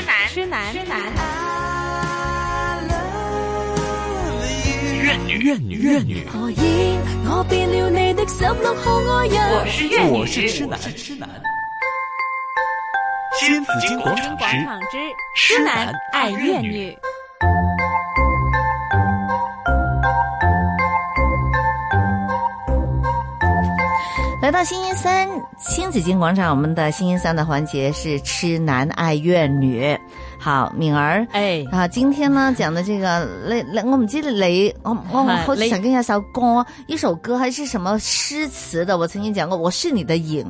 痴男，痴男，怨女，怨女，怨女。何以我變了你的十六號愛人？是粤我是痴男，是痴男。新紫金广场广场之之痴痴男男爱爱粤粤女女。来到星期三，新紫金广场，我们的星期三的环节是痴男爱怨女。好，敏儿。哎，啊，今天呢讲的这个，你你我唔知你，我我係好你曾经有首歌，一首歌还是什么诗词的，我曾经讲过，我是你的影，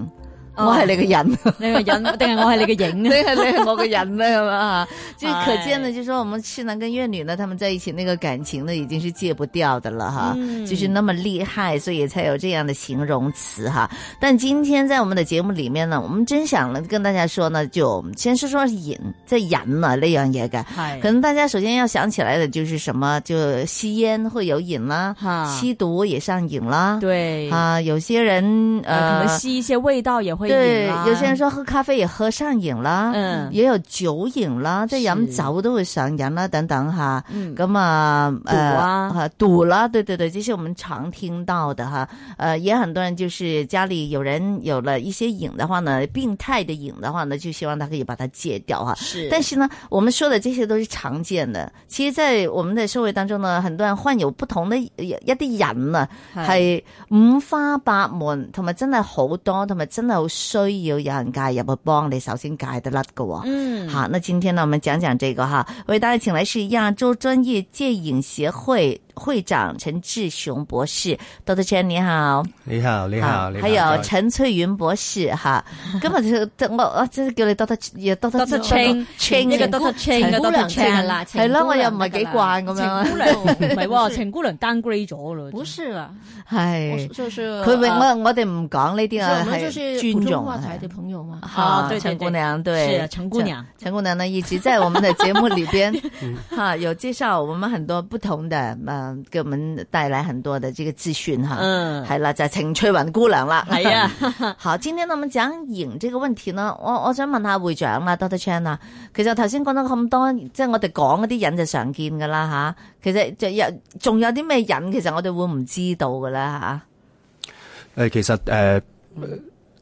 哦我系你嘅人，你 個人定係我係你嘅影你啊？系你系我嘅人啦 咁哎啊，就是可见呢，係就是说我们痴男跟怨女呢，他们在一起那个感情呢，已经是戒不掉的了哈。嗯就是那么厉害，所以才有这样的形容词哈。但今天在我们的节目里面呢，我们真想呢跟大家说呢，就先说说瘾，即系瘾啊呢样嘢嘅。係可能大家首先要想起来的就是什么，就吸烟会有瘾啦，哈吸毒也上瘾啦，啊对，啊，有些人呃可呃能，吸一些味道也会对引啦，有些人说喝咖啡也喝上瘾啦，嗯也有酒瘾啦，即系饮是酒都会上瘾啦，等等哈。嗯咁啊，赌啊呃，赌啦，对对对，这是我们常听到的哈。呃，也很多人就是家里有人有了一些瘾的话呢，病态的瘾的话呢，就希望他可以把它戒掉哈。是，但是呢，我们说的这些都是常见的。其实，在我们的社会当中呢，很多人患有不同的一一啲人啊，係五花八門，同埋真係好多，同埋真係好需要有人介入去幫你，首先戒得甩嘅喎。嗯，好，那今天呢，我们讲讲这个哈。为大家请来是亚洲专业戒瘾协会会长陈志雄博士，Doctor Chen，你好。你好，你好，你好。啊还有再陈翠云博士哈。今日就我我真係叫你 Doctor 亦 Doctor Dr. Cheng， Cheng 一個嘅 Dr. Cheng，一個姑 Dr. 娘 Cheng 啦係啦，啊程姑我又娘唔係幾得㗎啦慣咁樣。姑娘唔係 喎，程姑娘 downgrade 咗嗯咯，不是了，係。我就是佢永呃我我哋唔講呢啲是我啊，们就是係普尊通重话啊。台的朋友嘛。好，啊对对陈姑对娘，对，是陈姑娘陈。陈姑娘呢，一直在我们的节目里边， 哈，有介绍我们很多不同的，呃，给我们带来很多的这个资讯哈。嗯系啦，就系程翠云姑娘啦。係啊， 好，今天呢我们讲瘾这个问题呢，我我想問下會長啦，Doctor Chan 啊，其實頭先講咗咁多，即係我哋講嗰啲瘾就常見噶啦吓，其實就有仲有啲咩瘾，其實我哋會唔知道噶啦誒，其實誒、呃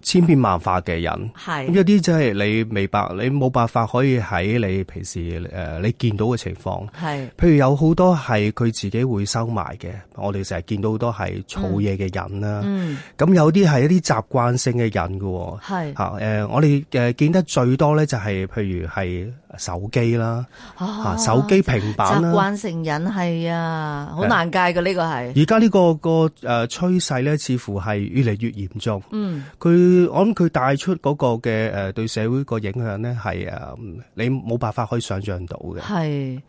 千變萬化嘅人，吓，咁係有啲真係你未白，你冇辦法可以喺你平時誒、呃你見到嘅情況，係譬如有好多係佢自己會收埋嘅，我哋成日見到好多係儲嘢嘅人啦。嗯咁、有啲係一啲習慣性嘅人嘅喎。係嚇誒、呃我哋誒見得最多咧，就係譬如係手機啦，嚇、啊手機、平板習啦。慣成癮係啊，好難戒噶呢個係，而家呢個個誒趨勢咧，似乎係越嚟越嚴重。嗯佢我諗佢帶出嗰個嘅誒對社會個影響咧係誒你冇辦法可以想像到嘅。係。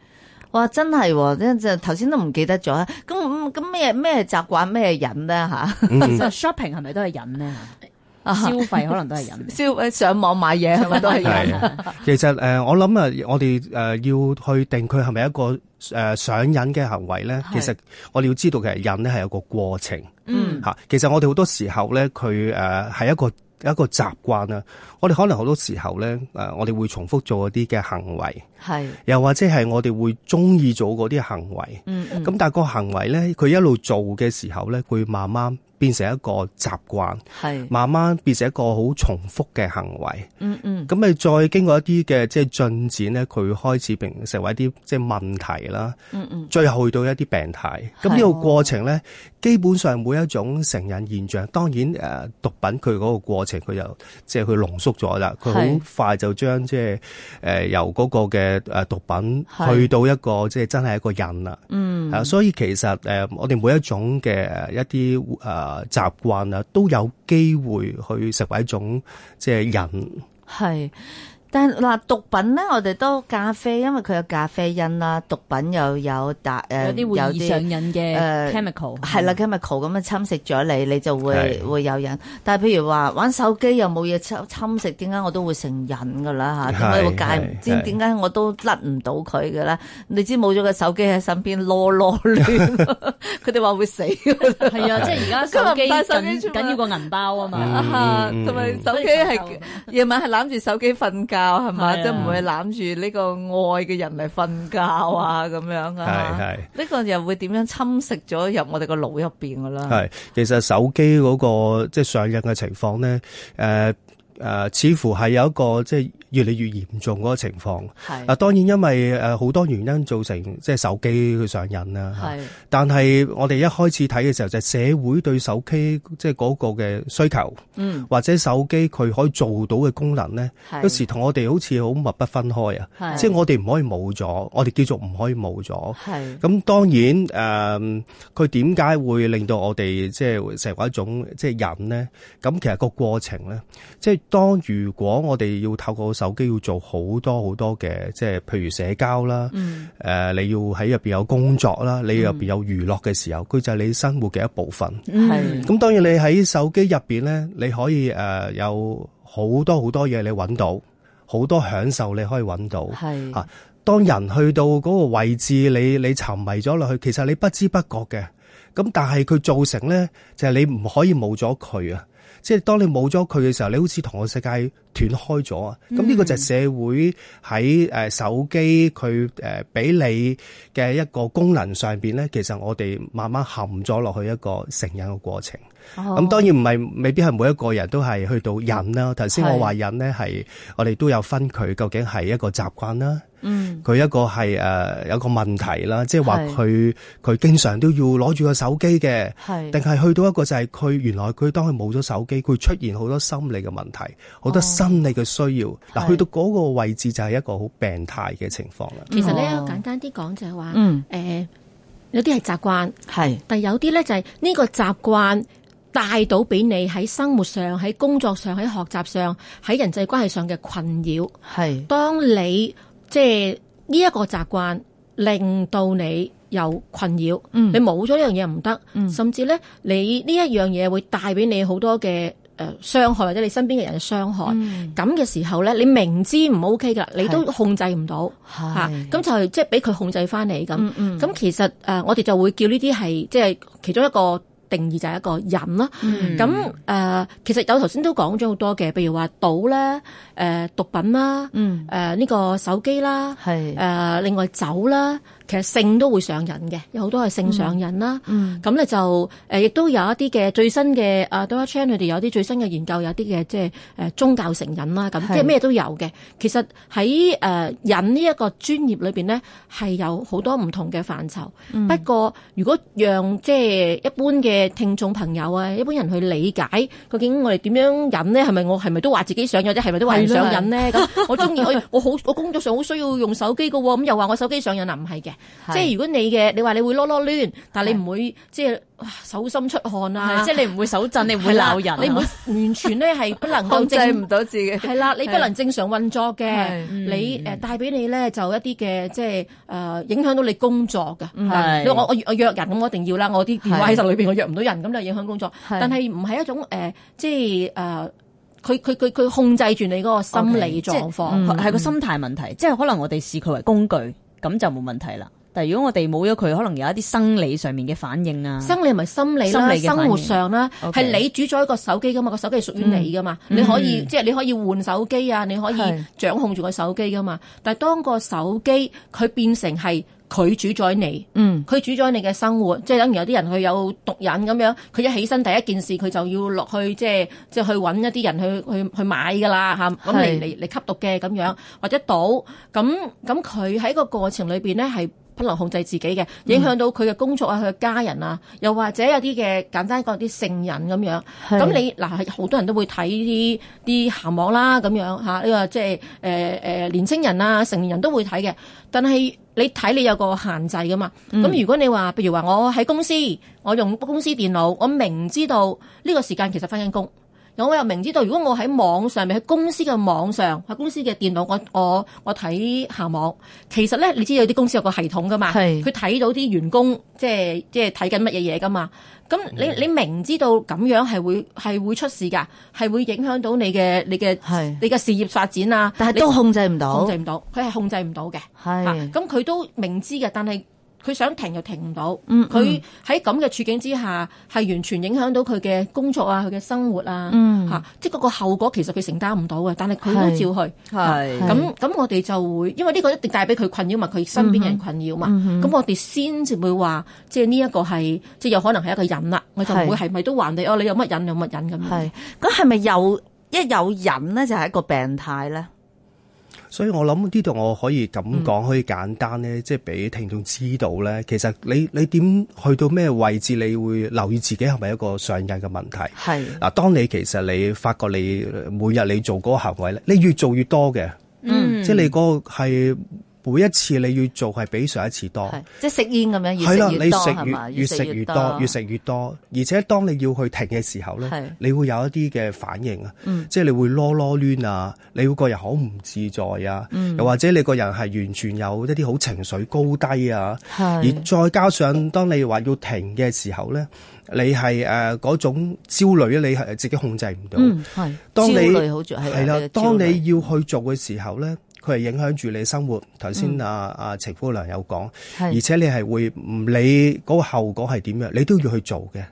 哇，真係喎，即係就頭先都唔記得咗啊！咁咁咁咩咩習慣咩人咧吓？ 其實 shopping 係咪都係癮呢？嗯啊 消費可能都係癮，消誒上網買嘢係咪都係人？係啊其實誒、呃我諗啊，我哋誒、呃要去定佢係咪一個誒、呃上癮嘅行為咧係？其實我哋要知道其實癮咧係有個過程嗯嚇、其實我哋好多時候咧，佢誒係一個一個習慣啊。我哋可能好多時候咧誒、呃我哋會重複做一啲嘅行為，嗯係，又或者係我哋會中意做嗰啲行為。嗯嗯，咁但係個行為咧，佢一路做嘅時候咧，佢慢慢變成一個習慣，係，慢慢變成一個好重複嘅行為。嗯嗯，咁你再經過一啲嘅即係進展咧，佢開始變成為一啲即係問題啦。嗯嗯，最後去到一啲病態。咁呢個過程咧，基本上每一種成癮現象，當然誒、呃毒品佢嗰個過程，佢就即係佢濃縮咗啦，佢係好快就將即係誒由嗰個嘅誒毒品係去到一個即係真係一個癮啦。嗯，啊，所以其實誒、呃我哋每一種嘅呃一啲誒、呃、習慣啊，都有機會去成為一種即係人。係。但嗱，毒品咧，我哋都咖啡，因為佢有咖啡因啦，毒品又有達誒有啲會易上癮誒嘅 chemical 係啦，chemical 咁啊樣侵蝕咗你，你就嗯會係會有癮。但係譬如話玩手機又冇嘢侵侵蝕，點解我都會成癮㗎啦嚇？點解係會戒唔係知？係點解我都甩唔到佢嘅咧？你知冇咗個手機喺身邊囉囉 亂，佢哋話會死㗎係啊，即係而家手機今日唔帶手機緊出門緊要過銀包啊嘛，啊，嗯嗯同埋嗯手機係夜晚係攬住手機瞓覺係嘛，係啊即係唔會攬住呢個愛嘅人嚟瞓覺啊咁樣噶。係係呢個又會點樣侵蝕咗入我哋個腦入邊噶啦？係，其實手機嗰、個即係上癮嘅情況咧，誒、誒、似乎係有一個即係越嚟越嚴重嗰個情況。啊，係當然因為誒好、多原因造成即係手機佢上癮啦。嚇係但係我哋一開始睇嘅時候，就係社會對手機即係嗰個嘅需求，嗯或者手機佢可以做到嘅功能咧，係有時同我哋好似好密不分開啊！係即係我哋唔可以冇咗，我哋叫做唔可以冇咗。係咁當然誒，佢點解會令到我哋即係成為一種即係癮咧？咁其實個過程咧，即係當如果我哋要透過手機要做好多好多嘅，即係譬如社交啦，誒、呃你要喺入邊有工作啦，你入邊有娛樂嘅時候，佢、就係你生活嘅一部分。係咁當然你喺手機入邊咧，你可以誒、呃有好多好多嘢你揾到，好多享受你可以揾到。係啊當人去到嗰個位置，你你沉迷咗落去，其實你不知不覺嘅。咁但係佢造成咧，就係、你唔可以冇咗佢啊！即係當你冇咗佢嘅時候，你好似同個世界斷開咗啊！咁呢個就係社會喺誒手機佢誒俾你嘅一個功能上邊咧，其實我哋慢慢陷咗落去一個成癮嘅過程。哦咁、當然唔係，未必係每一個人都係去到癮啦。頭先我話癮咧係，我哋都有分佢究竟係一個習慣啦，嗯佢一個係誒、呃有個問題啦，即係話佢佢經常都要攞住個手機嘅，係定係去到一個就係佢原來佢當佢冇咗手機，佢出現好多心理嘅問題，好多心理嘅需要。嗱、係去到嗰個位置就係一個好病態嘅情況啦。其實咧，哦簡單啲講就係話，誒、嗯有啲係習慣，係但有啲咧就係呢個習慣帶到俾你喺生活上、喺工作上、喺學習上、喺人際關係上嘅困擾。係當你即係呢一個習慣令到你有困擾，嗯你冇咗呢樣嘢唔得，嗯甚至咧你呢一樣嘢會帶俾你好多嘅誒傷害，或者你身邊嘅人嘅傷害。嗯咁嘅時候咧，你明知唔 OK 噶，你都係控制唔到嚇，係咁就係即係俾佢控制翻你咁。嗯嗯咁、其實誒、呃我哋就會叫呢啲係即係其中一個定義就係一個癮啦。嗯咁誒、呃其實有頭先都講咗好多嘅，譬如話賭啦、誒、毒品啦、誒呃呢、嗯個手機啦、係誒、另外酒啦，其實性都會上癮嘅，有好多係性上癮啦。嗯咁咧就誒，亦都有一啲嘅最新嘅啊 d o r a Chan 佢哋有啲最新嘅研究，有啲嘅即係誒宗教成癮啦，咁係即係咩都有嘅。其實喺誒癮呢一個專業裏邊咧，係有好多唔同嘅範疇。不過如果讓即係一般嘅聽眾朋友啊，一般人去理解究竟我哋點樣癮咧，係咪我係咪都話自己上癮啫？係咪都話人係上啦癮咧？咁我中意我我好我工作上好需要用手機嘅喎，咁又話我手機上癮啊？唔係嘅。即係如果你嘅，你話你會囉囉攣，但係你唔會即係哇手心出汗啊，即係你唔會手震，你唔 會係啦鬧人啊，你唔會完全咧係不能夠控制唔正。到自己，係啦，你不能正常運作嘅係，你誒帶俾你咧就一啲嘅即係誒影響到你工作嘅。係你話我我我約人咁，我一定要啦，我啲電話係喺手裏邊，我約唔到人，咁就影響工作。係但係唔係一種誒，即係誒，佢佢佢佢控制住你嗰個心理 OK，即係狀況。嗯係係個心態問題，即係可能我哋視佢為工具，咁就冇問題啦。但係如果我哋冇咗佢，可能有一啲生理上面嘅反應啊，生理咪心理啦，心理嘅反應生活上啦， OK 嗯係你主宰個手機噶嘛，個手機係屬於你噶嘛，你可以即係你可以換手機啊，你可以係掌控住個手機噶嘛。但係當個手機佢變成係佢主宰你，嗯佢主宰你嘅生活，即係等於有啲人佢有毒癮咁樣，佢一起身第一件事佢就要落去即係即係去揾一啲人去去去買㗎啦嚇，咁係嚟嚟嚟吸毒嘅咁樣，或者賭，咁咁佢喺個過程裏邊咧係。不能控制自己嘅，影響到佢嘅工作啊、佢嘅家人啊，又或者有啲嘅簡單講啲性癮咁樣。係咁你嗱係好多人都會睇啲啲鹹網啦咁樣嚇，呢個即係誒誒呃年青人啊、成年人都會睇嘅。但係你睇你有個限制噶嘛。咁、如果你話譬如話我喺公司，我用公司電腦，我明知道呢個時間其實翻緊工。我又明知道，如果我喺網上面，喺公司嘅網上，喺公司嘅電腦，我我我睇下網，其實咧，你知有啲公司有個系統噶嘛，係佢睇到啲員工即係即係睇緊乜嘢嘢噶嘛。咁嗯你你明知道咁樣係會係會出事㗎，係會影響到你嘅你嘅係你嘅事業發展啊。但係你都控制唔到啊控制，唔到，佢係控制唔到嘅。嚇係咁佢都明知嘅，但係佢想停又停唔到，嗯佢喺咁嘅處境之下，係完全影響到佢嘅工作啊、佢嘅生活啊，嚇、嗯即係嗰個後果其實佢承擔唔到嘅，但係佢都照去。係咁咁，我哋就會因為呢個一定帶俾佢困擾嘛，佢身邊嘅人困擾嘛，咁、我哋先至會話，即係呢一個係即係有可能係一個癮啦，我就唔會係咪都話你哦，你有乜癮有乜癮咁樣。係咁係咪有一有癮咧就係一個病態咧？所以我諗呢度我可以咁講，可以簡單咧，即係俾聽眾知道咧。其實你你點去到咩位置，你會留意自己係咪一個上癮嘅問題。係嗱，當你其實你發覺你每日你做嗰個行為咧，你越做越多嘅，嗯即係你嗰個係每一次你要做係比上一次多。係即係食煙咁樣越係啦，食你越多食係嘛？越越食越多，越食越多，而且當你要去停嘅時候係咧，你會有一啲嘅反應啊，嗯即係你會囉囉攣啊，你會個人好唔自在啊，嗯又或者你個人係完全有一啲好情緒高低啊，而係再加上當你話要停嘅時候咧，你係誒嗰種焦慮咧，你係自己控制唔到。嗯係。當你焦慮好重係啊係呢個啦，焦當你慮要去做嘅時候咧，佢係影響住你生活。頭先嗯啊啊程夫良有講，係而且你係會唔理嗰個後果係點樣，你都要去做嘅。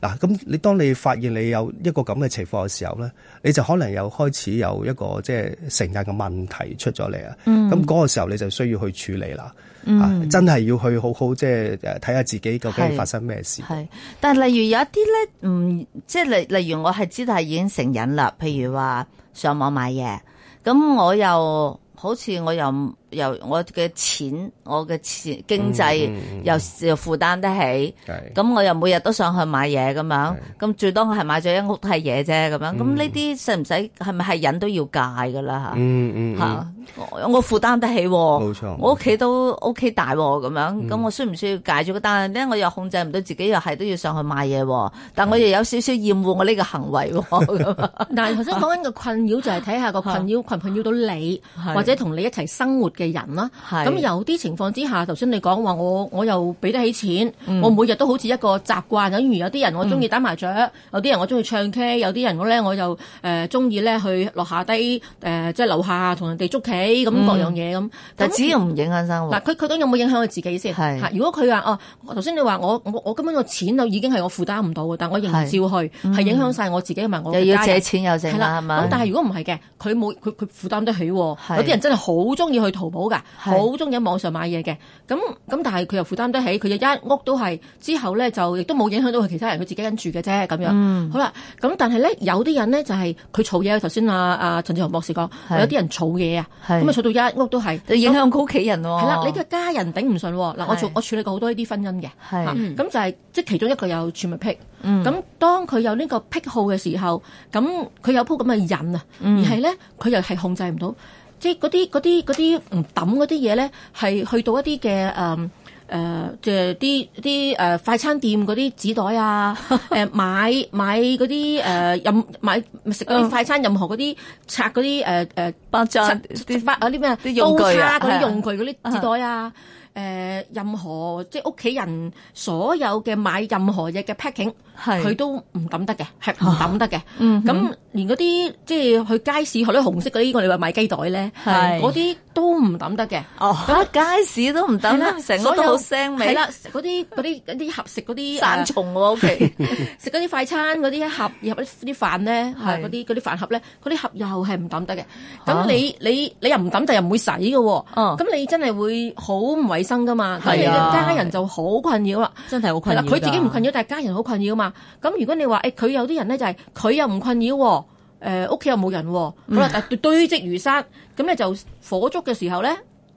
嗱，咁你當你發現你有一個咁嘅情況嘅時候咧，你就可能又開始有一個即係成癮嘅問題出咗嚟啊。嗯咁嗰個時候你就需要去處理啦。啊，真係要去好好即係誒睇下自己究係竟發生咩事。係，但係例如有一啲咧，唔即係例例如我係知道係已經成癮啦，譬如話上網買嘢，咁我又好似我又又我嘅錢，我嘅錢經濟嗯嗯嗯又又負擔得起，係咁我又每日都上去買嘢咁樣係，嗯咁最多我係買咗一屋都係嘢啫咁樣，咁呢啲使唔使係咪係人都要戒噶啦吓？嗯嗯吓、嗯，我我負擔得起喎，冇哦錯啊我屋企都 O K 大喎，咁樣，嗯咁我需唔需要戒咗？但係咧，我又控制唔到自己，又係都要上去買嘢喎，但我又有少少厭惡我呢個行為喎， 咁啊但係頭先講緊個困擾就係睇下個困擾困唔困擾到你，係或者同你一齊生活嘅人啦。係咁有啲情況之下，頭先你講話我我又俾得起錢，嗯我每日都好似一個習慣。等如有啲人我中意打麻雀，有啲人我中意唱 K，有啲人我咧我又誒中意咧去落下低誒、呃即係樓下同人哋捉棋咁各樣嘢咁。嗯但咁只要唔影響生活嗱，，佢佢咁有冇影響佢自己先？係嚇如果佢話哦，頭先你話我我我根本個錢就已經係我負擔唔到嘅，但我仍然係照去，係影響晒我自己同埋我嗯又嘅要家借人。錢又剩係啦，係啦，咁嘛？但係如果唔係嘅，佢冇佢佢負擔得起喎。係有啲人真係好中意去淘寶㗎，好中意喺網上買嘢嘅。咁咁但係佢又負擔得起，佢就一屋都係之後咧就亦都冇影響到佢其他人，佢自己跟住嘅啫咁樣。嗯好啦，咁但係咧有啲人咧就係佢儲嘢，頭先啊啊陳志雄博士講，係有啲人儲嘢啊，係咁啊儲到一屋都係。就影響佢屋企人喎，係啦，你嘅家人頂唔順喎。嗱，我係做我處理過好多呢啲婚姻嘅，係啊咁就係即係其中一個有儲物癖。嗯咁當佢有呢個癖好嘅時候，咁佢有鋪咁嘅癮啊，而嗯係咧佢又係控制唔到，即係嗰啲嗰啲嗰啲唔抌嗰啲嘢咧，係去到一啲嘅誒。誒即係啲啲誒快餐店嗰啲紙袋 啊，誒、買買嗰啲誒任買食嗯嗰啲快餐任何嗰啲拆嗰啲誒誒包拆裝啲發啊啲咩啊啲用具刀啊叉嗰係啊啲用具嗰啲紙袋啊，誒任何即係屋企人所有嘅買任何嘢嘅 packing，係佢都唔抌得嘅，係唔抌得嘅。嗯咁連嗰啲即係去街市嗰啲紅色嗰啲，我哋話買雞袋咧，係嗰啲都唔抌得嘅。哦，街市都唔等係啦啦，成所屋有都好腥係味，啦，啊嗰啲嗰啲嗰啲盒食嗰啲散誒蟲喎屋 企，食嗰啲快餐嗰啲一盒入啲啲飯咧，係係嗰啲嗰啲飯盒咧，嗰啲盒又係唔抌得嘅。咁你你你又唔抌，但又唔會洗嘅喎。哦咁你真係會好唔衞生噶嘛？咁你係啊嘅家人就好困擾啦。真係好係困啦，擾㗎。佢自己唔困擾，但係家人好困擾嘛。咁如果你話誒，佢、有啲人咧就係、佢又唔困擾喎，誒屋企又冇人喎，好啦，但係堆積如山，咁咧就火燭嘅時候咧。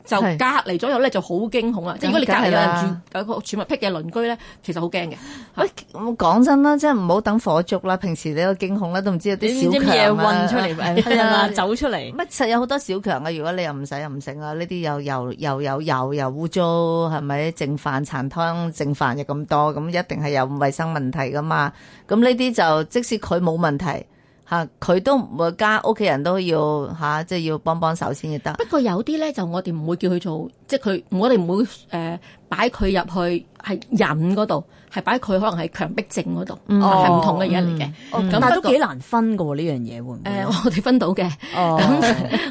就隔係離左右咧就好驚恐啦，啊即係如果你隔離有梗係啦人住有個儲物癖嘅鄰居咧，其實好驚嘅。喂，我講真啦，即係唔好等火燭啦，平時你個驚恐啦，都唔知有你知唔啲知小強咩嘢啊運出 嚟？係 啊， 走出嚟。乜實有好多小強啊！如果你又唔使又唔剩啊，呢啲又又又又又又污糟，係咪剩飯殘湯剩飯又咁多，咁一定係有衞生問題噶嘛？咁呢啲就即使佢冇問題嚇，佢都唔家屋企人都要嚇，即係要幫幫手先至得。不過有啲咧就我哋唔會叫佢做即係佢我哋唔會誒擺佢入去係癮嗰度，係擺佢可能係強迫症嗰度，係唔同嘅嘢嚟嘅。嗯咁哦嗯哦咁嗯但係不都過幾難分㗎喎呢樣嘢會唔誒，會？我哋分到嘅，哦，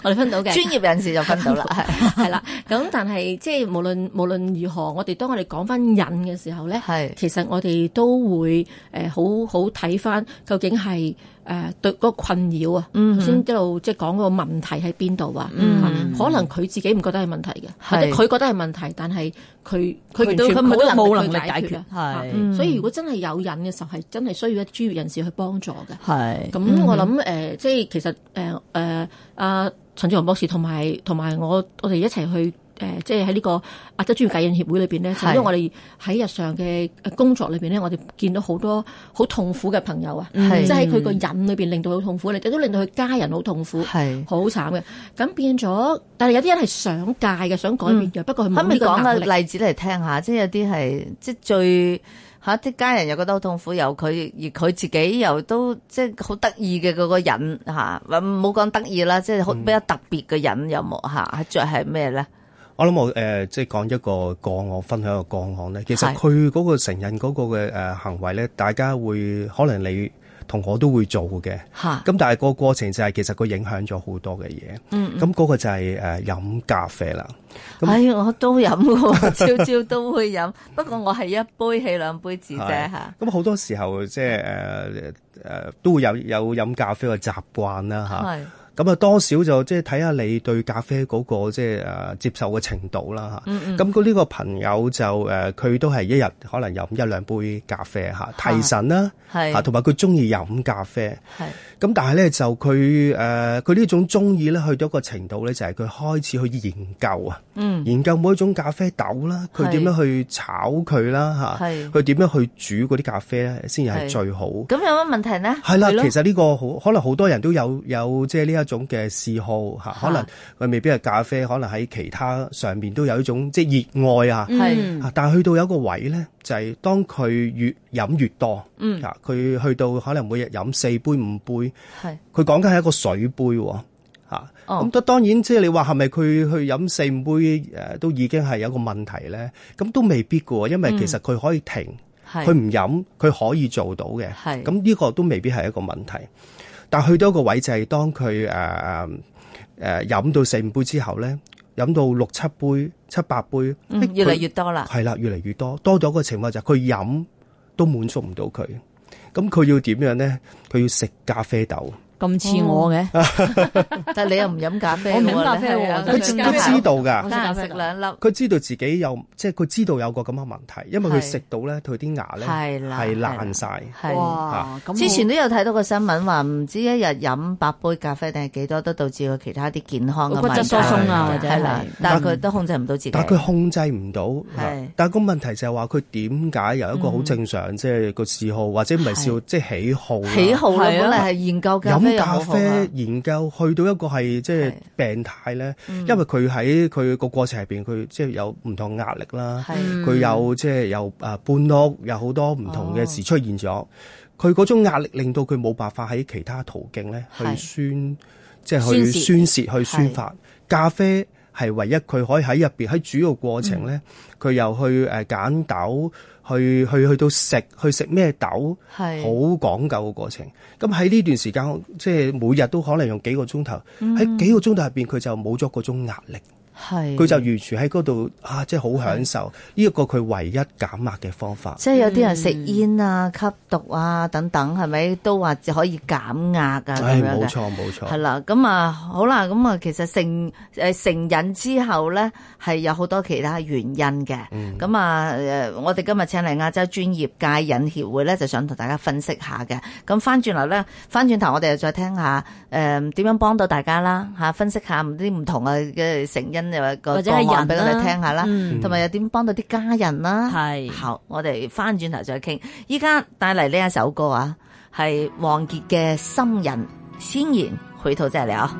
我哋分到嘅。專業人士就分到 啦，係係啦，咁但係即係無論無論如何，我哋當我哋講翻癮嘅時候咧，係其實我哋都會誒、呃好好睇翻究竟係誒、呃、對嗰個困擾啊，頭嗯先一路即係講個問題喺邊度啊，嗯嚇可能佢自己唔覺得係問題嘅，或者係佢覺得係問題，但係佢佢完都全佢都冇冇能能力去力解解決決啊，嚇係嗯所以如果真係有癮嘅時候，係真係需要一專業人士去幫助嘅。係咁嗯我諗誒、呃即係其實誒誒阿陳志宏博士同埋同埋我我哋一齊去誒、呃即係喺呢個亞洲專業戒癮協會裏邊咧，就係因為我哋喺日常嘅工作裏邊咧，我哋見到好多好痛苦嘅朋友啊，係即係喺嗯佢個癮裏邊令到佢好痛苦，亦都令到佢家人好痛苦，係好慘嘅。咁變咗，但係有啲人係想戒嘅，想改變嘅，不過佢可唔可冇呢以個嗯講能力。個例子嚟聽下？即係有啲係即係最嚇啲家人又覺得好痛苦，又佢而佢自己又都即係好得意嘅嗰個人嚇，唔好講得意啦，即係好嗯比較特別嘅人有冇嚇？係著係咩咧？我諗我誒、呃即係講一個個案，分享一個個案咧。其係實佢嗰個成人嗰個嘅誒、呃行為咧，大家會可能你同我都會做嘅。嚇咁但係個過程就係其實佢影響咗好多嘅嘢。嗯咁嗰個就係、呃飲咖啡啦。咁唉，我都飲喎， 朝朝都會飲，不過我係一杯起兩杯止啫係嚇。咁好多時候即係誒誒都會有有飲咖啡嘅習慣啦嚇。係咁啊，多少就即係睇下你對咖啡嗰、個即係誒接受嘅程度啦嗯嚇。咁佢呢個朋友就誒，呃佢、都係一日可能飲一兩杯咖啡嚇，提神啦係嚇，同埋佢中意飲咖啡。係咁但係咧就佢誒佢呢種中意咧去到一個程度咧，就係佢開始去研究啊，嗯研究每一種咖啡豆啦，佢係點樣去炒佢啦嚇，係佢點樣去煮嗰啲咖啡咧先至係係最好。咁有乜問題呢？係啦，係咯其實呢個好可能好多人都有有即係呢一種嘅嗜好嚇，可能佢未必係咖啡，可能喺其他上面都有一種即係熱愛啊。係啊但係去到有一個位咧，就係、當佢越飲越多，嗯，啊，佢去到可能每日飲四杯五杯，係佢講緊係一個水杯喎。嚇哦咁、當當然，即係你話係咪佢去飲四五杯誒、呃都已經係有一個問題咧？咁都未必嘅喎，因為其嗯實佢可以停。佢係唔飲，佢可以做到嘅。係咁呢個都未必係一個問題。但去到一個位就係當佢誒誒飲到四五杯之後咧，飲到六七杯、七八杯，嗯越嚟越多啦。係啦，越嚟越多，多咗個情況就係佢飲都滿足唔到佢。咁佢要點樣咧？佢要食咖啡豆。咁似我嘅， 但係你又唔飲咖啡我唔喎，飲咖啡喎你係啊真係佢佢自己咖啡知道我㗎，得閒食兩粒。佢知道自己有即係佢知道有個咁嘅問題，因為係佢食到咧，佢啲牙咧係啦係係啦爛晒。係，哇！咁之前都有睇到個新聞話，唔知一日飲八杯咖啡定係幾多，都導致佢其他啲健康嘅骨質疏鬆啊，或者係啦係，但係佢都控制唔到自己。但係佢啊控制唔到係，嗯但係個問題就係話佢點解由一個好正常，即係個嗜好或者唔係嗜好，即係喜好啦。喜好啦，係啊本嚟係研究咖飲啡又咖好好啊啡研究去到一個係即係係嗯病態咧，因為佢喺佢個過程入邊，佢即係有唔同壓力啦，係佢有即係有誒搬屋，有好多唔同嘅事出現咗。佢嗰種壓力令到佢冇辦法喺其他途徑咧去係宣，即係去宣泄、去宣發。咖啡係唯一佢可以喺入邊喺主要過程咧，佢又去誒揀豆，去去去到食，去食咩豆。係好講究嘅過程。咁喺呢段時間，即係每日都可能用幾個鐘頭，喺、幾個鐘頭入邊，佢就冇咗嗰種壓力，係佢就完全喺嗰度啊，即係好享受。嗯呢一個佢唯一減壓嘅方法。即係有啲人食嗯煙啊、吸毒啊等等，係咪都話可以減壓啊咁唉，樣冇嘅？錯冇係錯，啦，咁啊，好啦，咁啊，其實成誒成癮之後咧，係有好多其他原因嘅。咁啊、誒我哋今日請嚟亞洲專業戒癮協會咧，就想同大家分析下嘅。咁翻轉頭咧，翻轉頭我哋又再聽下誒點樣幫到大家啦嚇，分析下啲唔同嘅嘅成因又或個或者個係案俾我人哋啦聽下啦，嗯同埋又點幫到啲家人啦。係好，我哋翻轉頭再傾。依家帶嚟呢一首歌啊，係王傑嘅《心人》，先言回頭再聊。